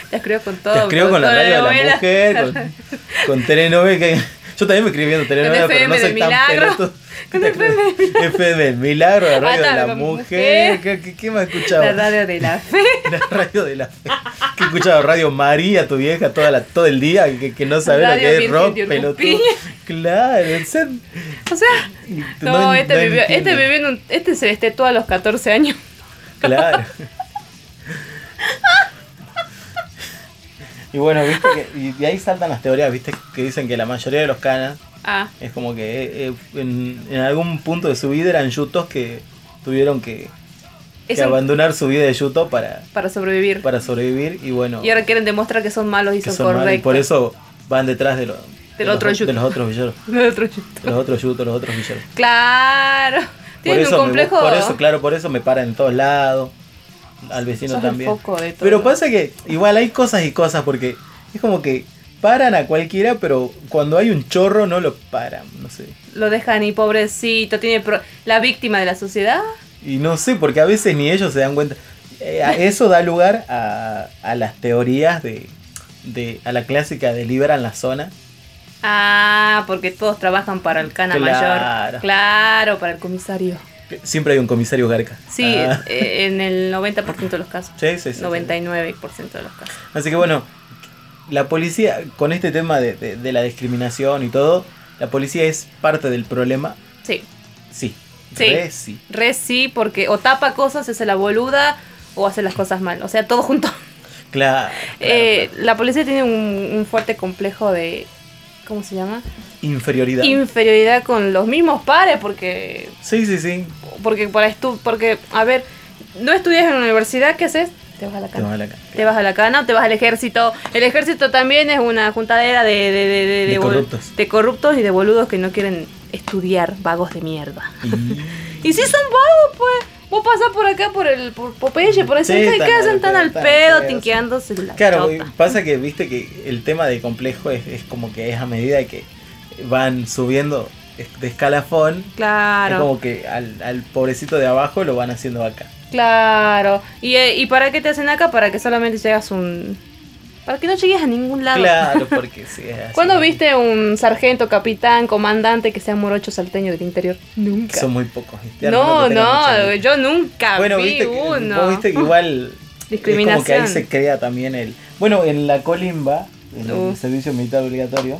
Te escribo con todo. Te escribo con la radio de la mujer, telenovela. [LAUGHS] con, con telenovela. que- [LAUGHS] Yo también me escribí viendo telenovela, Con pero no FM soy del tan Milagro. pelotudo. [LAUGHS] Con FM del FM del Milagro, la radio Ah, de la con mujer. mujer. ¿Qué, qué, qué más escuchaba? La radio de la fe. [LAUGHS] [LAUGHS] La radio de la fe. ¿Qué escuchaba? Radio María, tu vieja, toda la, todo el día, que, que no sabe lo Radio que es Virgen rock, de pelotudo. Urcupiña. Claro, en serio, O sea... No, este, no vivió, este entiendo. vivió en un- Este se destetó a los 14 años. [LAUGHS] Claro. Y bueno, viste que. Y de ahí saltan las teorías, viste, que dicen que la mayoría de los canas Ah, Es como que eh, eh, en, en algún punto de su vida eran yutos que tuvieron que, que eso abandonar su vida de yuto para, para sobrevivir. para sobrevivir y bueno, Y ahora quieren demostrar que son malos y que son, son malos, y correctos. por [LAUGHS] eso van detrás de, los de, Del los, otro yuto. de los otros villeros. Del otro yuto. Los otros yutos, los otros [LAUGHS] villeros. Claro. Tienen un me- complejo. por eso, claro, por eso me paran en todos lados. Al vecino Sos el también. foco de todo. Pero pasa que igual hay cosas y cosas porque es como que paran a cualquiera, pero cuando hay un chorro no lo paran, no sé. Lo dejan y pobrecito, tiene pro- la víctima de la sociedad. Y no sé, porque a veces ni ellos se dan cuenta. Eh, a- eso da lugar a, a las teorías de, de- a la clásica de liberan la zona. Ah, porque todos trabajan para el cana Claro. mayor. Claro, para el comisario. Que Siempre hay un comisario garca. Sí, Ah, eh, en el 90% de los casos. sí, sí, sí, sí. 99% de los casos. Así que bueno, la policía, con este tema de, de- de la discriminación y todo, la policía es parte del problema, Sí. sí. Sí. Re sí. Re sí, porque o tapa cosas, se hace la boluda, o hace las cosas mal. O sea, todo junto. [LAUGHS] Claro. Eh, La policía tiene un, un fuerte complejo de. ¿Cómo se llama? Inferioridad. Inferioridad con los mismos pares, porque. sí, sí, sí. Porque, para estu- porque a ver, no estudias en la universidad, ¿qué haces? Te vas a la Te vas cana. a la ca- Te vas a la cana, te vas al ejército. El ejército también es una juntadera de, de, de, de- De bol- corruptos. de corruptos y de boludos que no quieren estudiar, vagos de mierda. Y- Y si son vagos, pues. Vos pasás por acá, por el por Popeye, por ahí Sí, cerca, y tan ¿qué al hacen tan pedo, al tan al pedo, pedo, sí. tinqueándose [LAUGHS] la Claro, chota? pasa que viste que el tema de complejo es, es como que es a medida que van subiendo de escalafón, Claro. es como que al, al pobrecito de abajo lo van haciendo acá. Claro. ¿Y, eh, ¿Y para qué te hacen acá? Para que solamente llegas un... Para que no llegues a ningún lado. Claro, [LAUGHS] porque sí. es así. ¿Cuándo viste un sargento, capitán, comandante que sea morocho salteño del interior? Nunca. Son muy pocos. este, ¿viste? No, que tengan mucha no, guita. yo nunca Bueno, vi viste que, uno. vos viste que igual es como que Discriminación. ahí se crea también el... Bueno, en la colimba, en Uh. el servicio militar obligatorio,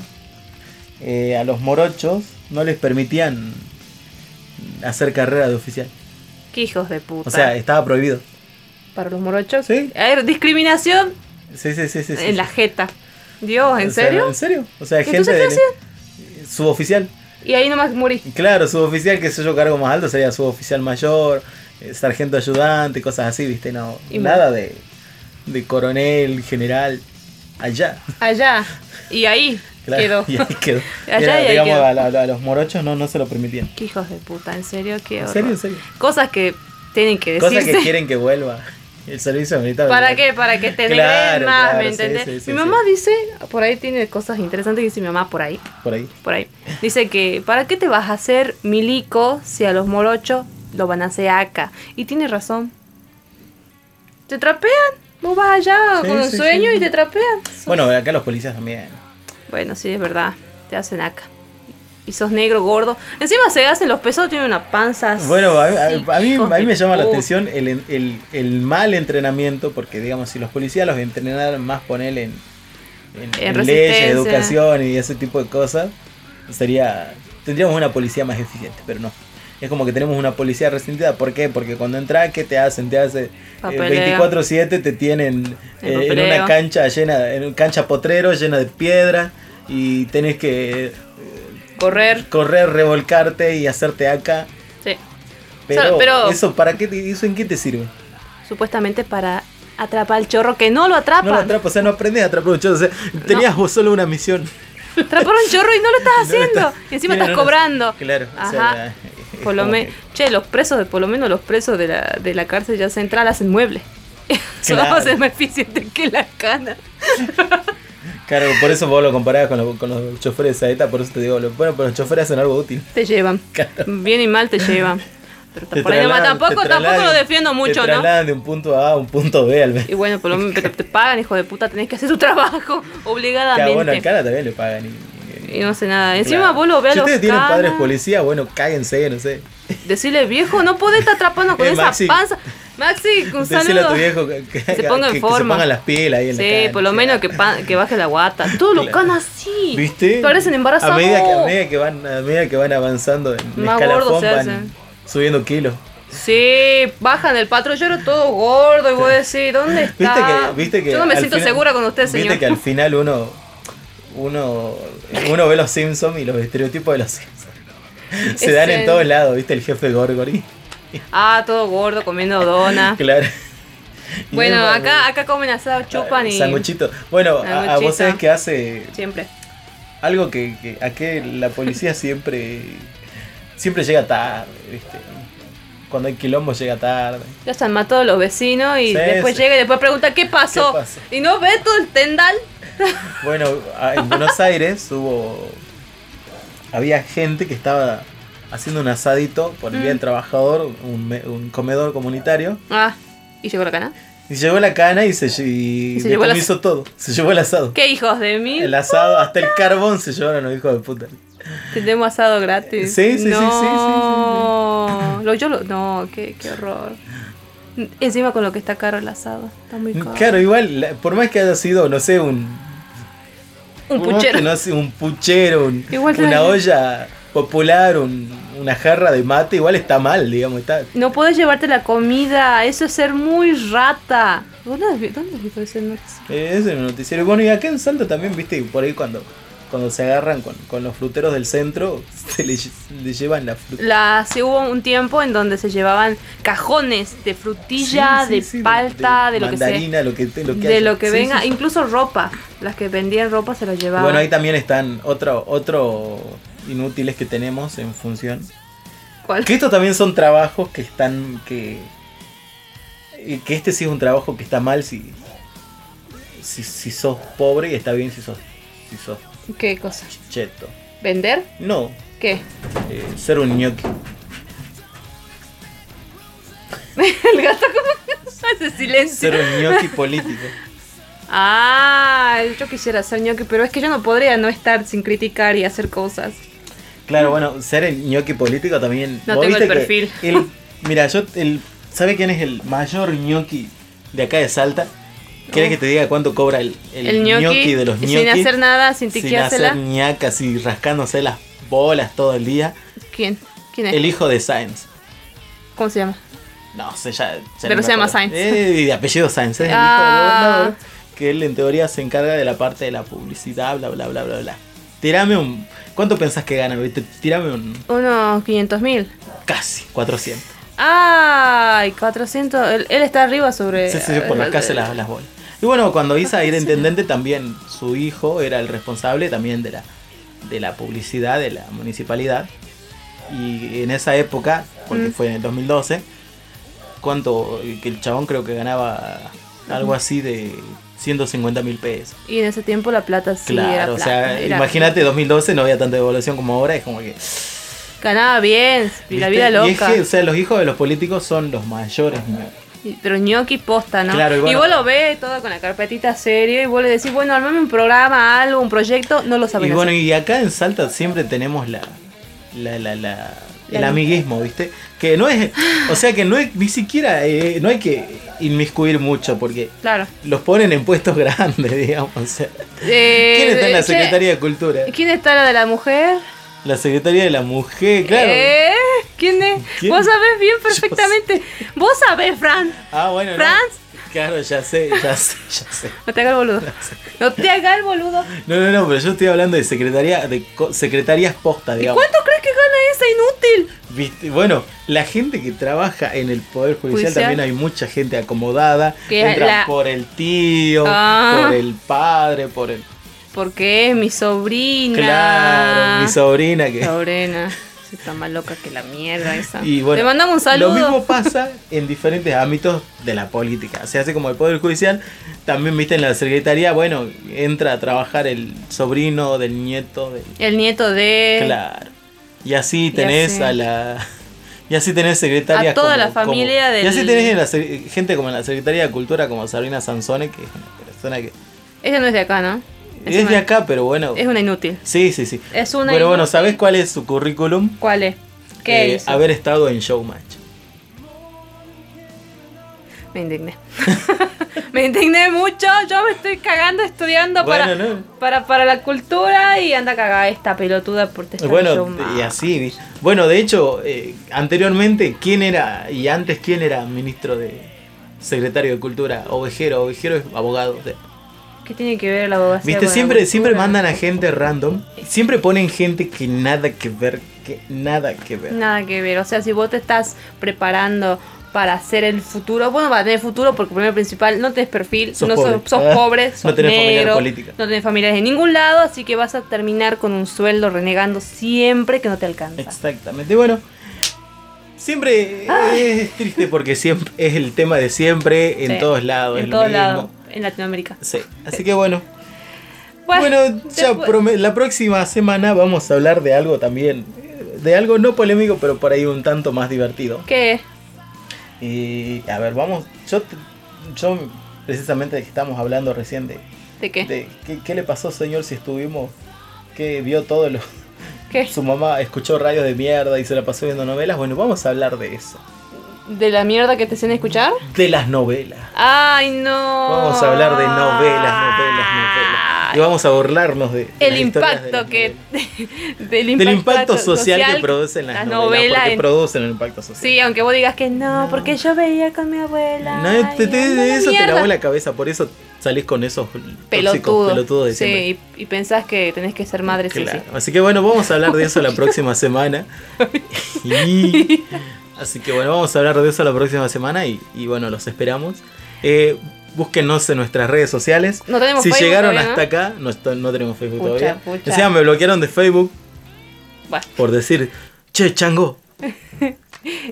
eh, a los morochos no les permitían hacer carrera de oficial. Qué hijos de puta. O sea, estaba prohibido. para los morochos. Sí. A ver, discriminación Sí, sí, sí, sí. sí, en la sí. jeta. Dios, ¿en O sea, serio? ¿En serio? O sea, gente Entonces, ¿qué del- suboficial. Y ahí nomás morí. Claro, suboficial, que sé yo, cargo más alto sería suboficial mayor, eh, sargento ayudante, cosas así, ¿viste? No, Y nada de, de coronel, general, allá. Allá. Y ahí [LAUGHS] Claro, quedó. Y ahí quedó. [LAUGHS] Allá Era, y ahí digamos, quedó. A, la- a los morochos no, no se lo permitían. Qué hijos de puta, en serio, qué ¿En horror. serio? ¿En serio? Cosas que tienen que decirse. Cosas que quieren que vuelva el servicio militar. ¿Para qué? Para que te Claro, liberen más, claro, ¿me sí, entendés? sí, sí, mi sí. mamá dice, por ahí tiene cosas interesantes que dice mi mamá por ahí, Por ahí. por ahí. Dice que, ¿para qué te vas a hacer milico si a los morochos lo van a hacer acá? Y tiene razón. Te trapean, vos vas allá Sí, con el sí, sueño sí. y te trapean. Bueno, acá los policías también. Bueno, sí, es verdad, te hacen acá. Y sos negro, gordo. Encima se hacen los pesos, tienen una panza. así, Bueno, a, a- a mí, hijos a mí me de llama la puta. atención el, el- el mal entrenamiento, porque digamos, si los policías los entrenaran más, poner en, en- En en leyes, resistencia. educación y ese tipo de cosas, sería tendríamos una policía más eficiente, pero no. Es como que tenemos una policía resentida. ¿Por qué? Porque cuando entras, ¿qué te hacen? Te hace eh, Papeleo. 24-7, te tienen El eh, en papeleo. una cancha llena, en un cancha potrero llena de piedra y tenés que eh, Uh, Correr. correr, revolcarte y hacerte acá. Sí. Pero, Solo- pero- eso para qué te- eso en qué te sirve? supuestamente para atrapar al chorro que no lo atrapa. No lo atrapas, o sea, no aprendes a atrapar un chorro, o sea, tenías vos solo una misión. Atrapar un chorro y no lo estás [LAUGHS] No lo haciendo. estás- y no, encima estás no, no, cobrando. Claro, o sea, Ajá. es por lo como me- que- Che, los presos, de, por lo menos los presos de la, de la cárcel ya central hacen muebles. [LAUGHS] Eso va a Claro. ser más eficiente que la cana. Claro, por eso vos lo comparabas con, los- con los choferes de Saeta, por eso te digo, lo- bueno, pero los choferes hacen algo útil. Te llevan. Claro. Bien y mal te llevan. Pero Te por ahí nomás trasladan- tampoco, te tampoco lo trasladan- defiendo mucho, te ¿no? trasladan de un punto A a un punto B al menos. Y bueno, por lo menos pero te pagan, hijo de puta, tenés que hacer tu trabajo [LAUGHS] Claro, obligadamente. bueno, al cara también le pagan. Y, y no sé nada. Ah, Encima claro. vos lo ves a Si los ustedes tienen canas. padres policías, bueno, cáguense, no sé. Decirle, viejo, no podés [LAUGHS] estar atrapando con Eh, esa Maxi. panza. Maxi, un Decirle saludo. a tu viejo que, Que se ponga en que- que se forma. pongan las pieles ahí en la sí, cana, por lo o sea. menos que, pa- que baje la guata. Todos los Claro. canas así. ¿Viste? Parecen embarazados. A medida que, a medida que van, a medida que van avanzando en Más gordos escalafón, se van hacen. subiendo kilos. Sí, bajan el patrullero todo gordo y vos decís, ¿dónde ¿Viste está? que, viste que Yo no me al siento final- segura con usted, Viste señor. que al final uno uno, uno ve los Simpsons y los estereotipos de los Simpsons se Es dan en el- todos lados, ¿viste? El jefe Gorgory. Ah, todo gordo, comiendo dona. [LAUGHS] Claro. Y es Ah. Bueno, más- acá, acá comen asado, chupan y. Sanguchito. Bueno, a, a Sanguchito. vos sabés que hace Siempre. algo que, que- a que la [LAUGHS] policía siempre siempre llega tarde, ¿viste? Cuando hay quilombo llega tarde. Los han matado los vecinos y Sí, después sí. llega y después pregunta ¿qué pasó? ¿Qué pasó? Y no ve todo el tendal. Bueno, a- en [LAUGHS] Buenos Aires hubo había gente que estaba haciendo un asadito por el Día Mm. del Trabajador, un, me- un comedor comunitario. Ah, y llegó la cana. Y llegó la cana y se, lle- y Y se llevó el decomisó todo. Se llevó el asado. ¿Qué hijos de mí? El asado, hasta el carbón se llevaron los hijos de puta. Tenemos asado gratis. Sí, sí, sí, sí, sí, sí, sí. No. Lo- yo lo- no, qué, qué horror. Encima con lo que está caro el asado. Está muy caro. Claro, igual, la- por más que haya sido, no sé, un. por Un más puchero. que No sé, un puchero, un- Igual una trae- olla popular, un- una jarra de mate, igual está mal, digamos. Está, eh, No puedes llevarte la comida. Eso es ser muy rata. ¿Dónde has, vi- dónde has visto ese noticia? Eh, Ese es el noticiero. Y Bueno, y acá en Salta también, viste, por ahí cuando, cuando se agarran con, con los fruteros del centro, [LAUGHS] se le, lle- le llevan la fruta. La, sí hubo un tiempo en donde se llevaban cajones de frutilla, Sí, sí, de sí, palta, de, lo que sea. mandarina, lo que te- lo que de haya. lo que Sí, venga, sí, sí. incluso ropa. Las que vendían ropa se las llevaban. Bueno, ahí también están otro, otro inútiles que tenemos en función. ¿Cuál? Que estos también son trabajos que están. que. y que este sí es un trabajo que está mal si. si, si sos pobre y está bien si sos. si sos ¿Qué cosa? cheto. ¿Vender? No, ¿Qué? eh, ser un ñoqui. [LAUGHS] El gato como hace silencio. Ser un ñoqui político. Ah, yo quisiera ser ñoqui, pero es que yo no podría no estar sin criticar y hacer cosas. Claro, bueno, ser el ñoqui político también. No ¿Vos tengo el viste que perfil. el- [LAUGHS] mira, yo. El, ¿Sabe quién es el mayor ñoqui de acá de Salta? ¿Quieres que te diga cuánto cobra el, el, El ñoqui, ñoqui de los ñoquis? sin hacer nada, sin sin hacer tiqueársela. ñacas y rascándose las bolas todo el día. ¿Quién? ¿Quién es? El hijo de Sainz. ¿Cómo se llama? No sé, ya. ya Pero me se llama acuerdo. Sainz. Eh, y de apellido Sainz. Es el hijo Ah. del gobernador, que él en teoría se encarga de la parte de la publicidad, bla, bla, bla, bla, bla. Tirame un. ¿Cuánto pensás que gana? viste? Tirame un. Unos 500 mil. Casi, 400. Ay, 400. Él, él está arriba sobre. eh, Sí, sí, sí, por rascarse las, las bolas. Y bueno, cuando Ah, Isa era intendente, también su hijo era el responsable también de la, de la publicidad de la municipalidad. Y en esa época, Mm. porque fue en el 2012, cuánto que el chabón creo que ganaba algo así de 150 mil pesos. Y en ese tiempo la plata sí era claro, o sea, plata, era- imagínate, 2012 no había tanta devaluación como ahora, es como que... Ganaba bien, y la ¿viste? vida Y es loca. que, o sea, los hijos de los políticos son los mayores. ¿no? Y- Pero ñoqui posta, ¿no? Claro, y y, bueno- vos lo ves todo con la carpetita seria y vos le decís, bueno, armame un programa, algo, un proyecto, no lo sabés. Y bueno, y acá en Salta siempre tenemos la, la, la, la- el La- amiguismo, ¿viste? Que no es, o sea que no es, ni siquiera, eh, no hay que inmiscuir mucho porque Claro. los ponen en puestos [LAUGHS] grandes, digamos. o sea. Eh, ¿Quién está en la eh, Secretaría de Cultura? ¿Quién está la de la mujer? La Secretaría de la Mujer, claro. Eh, ¿Quién es? ¿Quién? Vos [LAUGHS] sabés bien perfectamente. Vos sabés, Fran. Ah, bueno, no. Franz. Claro, ya sé, ya sé, ya sé. No te hagas el boludo. No te hagas el boludo. No, no, no, pero yo estoy hablando de secretaría, de co- secretarías posta, ¿Y digamos. cuánto crees que gana esa inútil? Viste, Bueno, la gente que trabaja en el Poder Judicial, Judicial. también hay mucha gente acomodada. Que entran la- por el tío, Ah. por el padre, por el. Porque es mi sobrina. Claro, mi sobrina que. Sobrina. Sí, Está más loca que la mierda esa. Y bueno, Te mandamos un saludo. Lo mismo pasa en diferentes ámbitos de la política. Se hace como el Poder Judicial, también viste en la Secretaría, bueno, entra a trabajar el sobrino del nieto del. El nieto de. Claro. Y así tenés Eh, así. a la. Y así tenés secretaria. A toda la familia del- Y así tenés en la se- gente como en la Secretaría de Cultura, como Sabrina Sansone, que es una persona que. Ella no es de acá, ¿no? Es una- de acá, pero bueno. Es una inútil. Sí, sí, sí. Es una Pero bueno, inútil. ¿sabés cuál es su currículum? ¿Cuál es? ¿Qué Eh, hizo? Haber estado en Showmatch. Me indigné. [LAUGHS] me indigné mucho. Yo me estoy cagando estudiando para, Bueno, no. para, para la cultura y anda cagada esta pelotuda por testar Bueno, showman. y así. ¿viste? Bueno, de hecho, eh, anteriormente, ¿quién era? Y antes, ¿quién era ministro de. Secretario de Cultura? Ovejero. Ovejero es abogado. de- ¿Qué tiene que ver la abogacía? Viste, con la siempre, siempre cultura? mandan a gente random. Siempre ponen gente que nada que ver, que nada que ver. Nada que ver. O sea, si vos te estás preparando para hacer el futuro, bueno, para tener futuro, porque primero y principal, no tenés perfil, Sos no sos- pobre. Ah, Sos, pobre, sos No tenés familiar negro, política. no tenés familiares en ningún lado, así que vas a terminar con un sueldo renegando siempre que no te alcanza. Exactamente. Bueno, siempre Ah. eh, es triste porque siempre es el tema de siempre, en Sí, todos lados. es en lo todos mismo. lados, en Latinoamérica. Sí. Así que bueno. Bueno, Bueno, ya después- prome- la próxima semana vamos a hablar de algo también. eh, De algo no polémico, pero por ahí un tanto más divertido. ¿qué? Y a ver, vamos. Yo, te- yo precisamente de que estamos hablando recién de, ¿De qué? [LAUGHS] de qué, qué le pasó, señor, si estuvimos. que vio todo lo. ¿Qué? Su mamá escuchó radios de mierda y se la pasó viendo novelas. Bueno, vamos a hablar de eso. ¿De la mierda que te hacen escuchar? De las novelas. Ay, no. Vamos a hablar de novelas, novelas, novelas. Y vamos a burlarnos de. de Ah. El las historias de impacto las que. novelas. [LAUGHS] del Del impacto social, que producen las, novelas. Porque en- producen el impacto social. Sí, aunque vos digas que no, porque yo veía con mi abuela. No, te- te- Ay, de anda eso te mierda. lavó la cabeza, por eso salís con esos Pelotudo. tóxicos pelotudos de siempre. sí, y, y pensás que tenés que ser madre, sí, Claro. Así que bueno, vamos a hablar de eso la [LAUGHS] próxima semana. Y- Así que bueno, vamos a hablar de eso la próxima semana y, y bueno, los esperamos. Eh, búsquenos en nuestras redes sociales. No tenemos si Facebook llegaron todavía, hasta ¿no? acá, no, esto- no tenemos Facebook Pucha, todavía. pucha. O sea, me bloquearon de Facebook sí. Bueno, por decir, che, chango.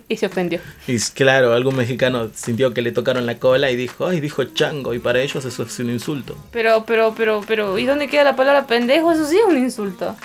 y se ofendió. Y s- claro, algún mexicano sintió que le tocaron la cola y dijo, ay, dijo chango. Y para ellos eso es un insulto. Pero, pero, pero, pero, ¿y dónde queda la palabra pendejo? Eso sí es un insulto.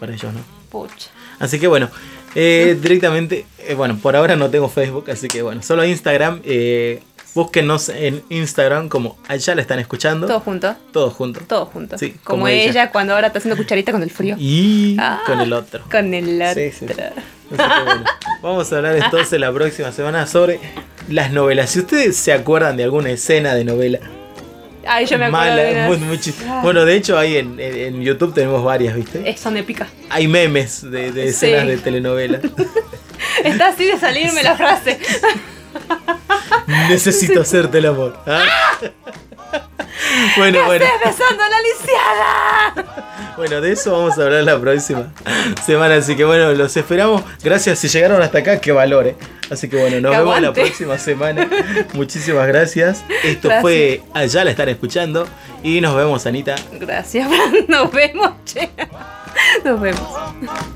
Para ellos no. Pucha. Así que bueno, eh, directamente, eh, bueno, por ahora no tengo Facebook, así que bueno, solo Instagram. Eh, búsquenos en Instagram como allá la están escuchando. Todos juntos, Todos juntos. todos juntos. Sí, como, como ella. ella. cuando ahora está haciendo cucharita con el frío. Y Ah. con el otro. Con el otro. Sí, sí. Así que bueno, vamos a hablar entonces la próxima semana sobre las novelas. Si ustedes se acuerdan de alguna escena de novela Ay, yo me acuerdo. mala, de unas- muy- muy chis- bueno, de hecho ahí en, en- en YouTube tenemos varias, ¿viste? Eh, son épicas. Hay memes de, de escenas Sí. de telenovelas. Está así de salirme [LAUGHS] la frase. Necesito hacerte el amor. ¿ah? Bueno, bueno, ¡Estás besando a la lisiada! bueno, de eso vamos a hablar la próxima semana. Así que bueno, los esperamos. Gracias si llegaron hasta acá, que valore. Así que bueno, nos Que vemos la aguante. próxima semana. Muchísimas gracias. Esto Gracias. fue Allá la están escuchando. Y nos vemos, Anita. Gracias, Fran. Nos vemos, che. Nos vemos. Bum, bum, Mm-hmm.